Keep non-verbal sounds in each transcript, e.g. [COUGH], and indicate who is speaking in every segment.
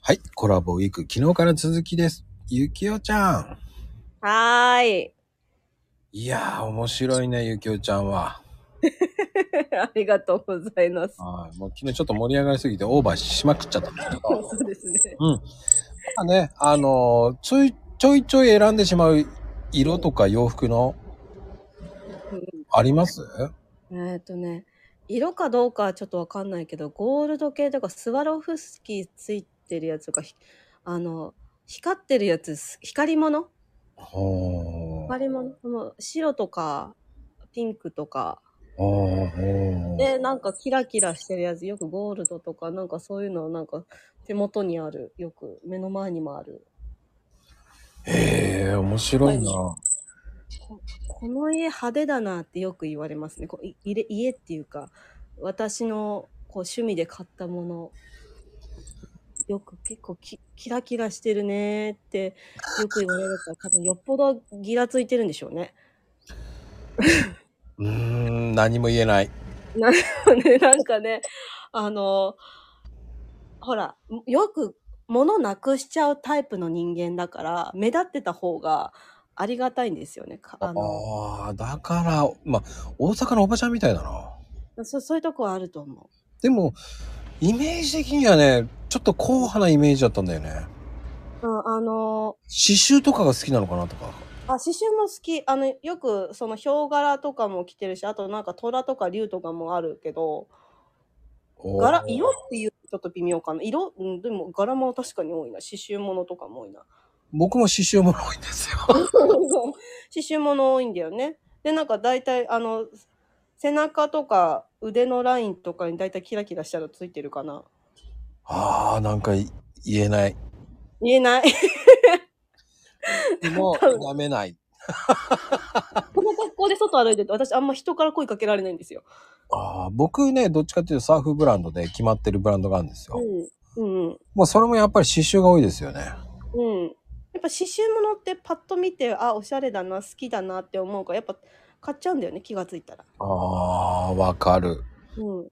Speaker 1: はい、コラボウィーク、昨日から続きです。ゆきおちゃん。
Speaker 2: はーい。 [LAUGHS]
Speaker 1: いやー、面白いね、ゆきおちゃんは。
Speaker 2: ありがとうございます。
Speaker 1: はい、もう昨日ちょっと盛り上がりすぎてオーバーしまくっちゃったんだけど。
Speaker 2: そうですね。
Speaker 1: まあね、あのーちょい、ちょいちょい選んでしまう色とか洋服の、あります
Speaker 2: えっとね、色かどうかはちょっとわかんないけど、ゴールド系とかスワロフスキーついてるやつとか、ひあの、光ってるやつ、す光り物
Speaker 1: ほー。
Speaker 2: 光り物もう白とか、ピンクとか。
Speaker 1: ほーほー。
Speaker 2: で、なんかキラキラしてるやつ、よくゴールドとか、なんかそういうの、なんか手元にある、よく目の前にもある。
Speaker 1: えー、面白いな。
Speaker 2: この家派手だなってよく言われますね。こうい入れ家っていうか、私のこう趣味で買ったもの、よく結構きキラキラしてるねーってよく言われるから、多分よっぽどギラついてるんでしょうね。 [LAUGHS]
Speaker 1: うーん、何も言えない。
Speaker 2: ねなんかね、あの、ほら、よく物なくしちゃうタイプの人間だから、目立ってた方がありがたいんですよね。かあの
Speaker 1: あー、だから、まあ、大阪のおばちゃんみたいだな。
Speaker 2: そそういうとこはあると思う。
Speaker 1: でも、イメージ的にはね、ちょっと硬派なイメージだったんだよね。
Speaker 2: うん、あの
Speaker 1: 刺繍とかが好きなのかなとか。
Speaker 2: あ、刺繍も好き。あの、よく、その、ヒョウ柄とかも着てるし、あとなんか、虎とか竜とかもあるけど、
Speaker 1: おー
Speaker 2: 柄、色っていうとちょっと微妙かな。色、うん、でも柄も確かに多いな。刺繍物とかも多 [LAUGHS] いな。
Speaker 1: 僕も刺繍も多いんですよ。
Speaker 2: 刺繍物多いんだよね。で、なんか、大体、あの、背中とか腕のラインとかに大体キラキラしたのついてるかな。
Speaker 1: [LAUGHS] ああ、なんかい言えない。
Speaker 2: 言えない。 [LAUGHS]
Speaker 1: [LAUGHS] もう、やめない。
Speaker 2: この格好で外歩いてて、私あんま人から声かけられないんですよ。
Speaker 1: ああ、僕ね、どっちかっていうとサーフブランドで決まってるブランドがあるんですよ。
Speaker 2: うん。うんうん。
Speaker 1: もうそれもやっぱり刺繍が多いですよね。
Speaker 2: うん、やっぱ刺繍物ってパッと見てあおしゃれだな好きだなって思うからやっぱ買っちゃうんだよね気がついたら。
Speaker 1: ああ、わかる。
Speaker 2: うん、
Speaker 1: う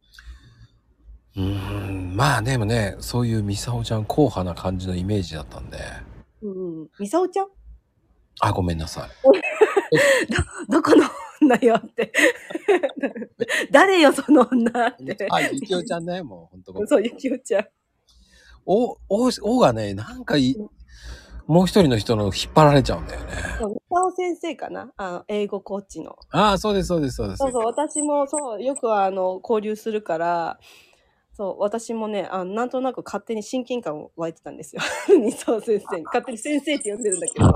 Speaker 1: ーん、まあでもね、そういうミサオちゃん硬派な感じのイメージだったんで。
Speaker 2: うん、みさおちゃん
Speaker 1: あ、ごめんなさい。
Speaker 2: [LAUGHS] どこの女よって [LAUGHS] 誰よその
Speaker 1: [LAUGHS]
Speaker 2: 女って
Speaker 1: あ、ゆきおちゃんね、もうほんとごめん
Speaker 2: そうゆきおちゃん
Speaker 1: お、お、おがね、なんかい、もう一人の人の引っ張られちゃうんだよね。
Speaker 2: そうみさお先生かなあの英語コーチの
Speaker 1: ああ、そうです、そうです、そうです。
Speaker 2: そうそう私もそうよくあの交流するからそう私もねあのなんとなく勝手に親近感湧いてたんです [LAUGHS] よみさお先生に勝手に先生って呼んでるんだけど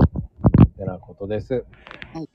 Speaker 1: てなことです。
Speaker 2: はい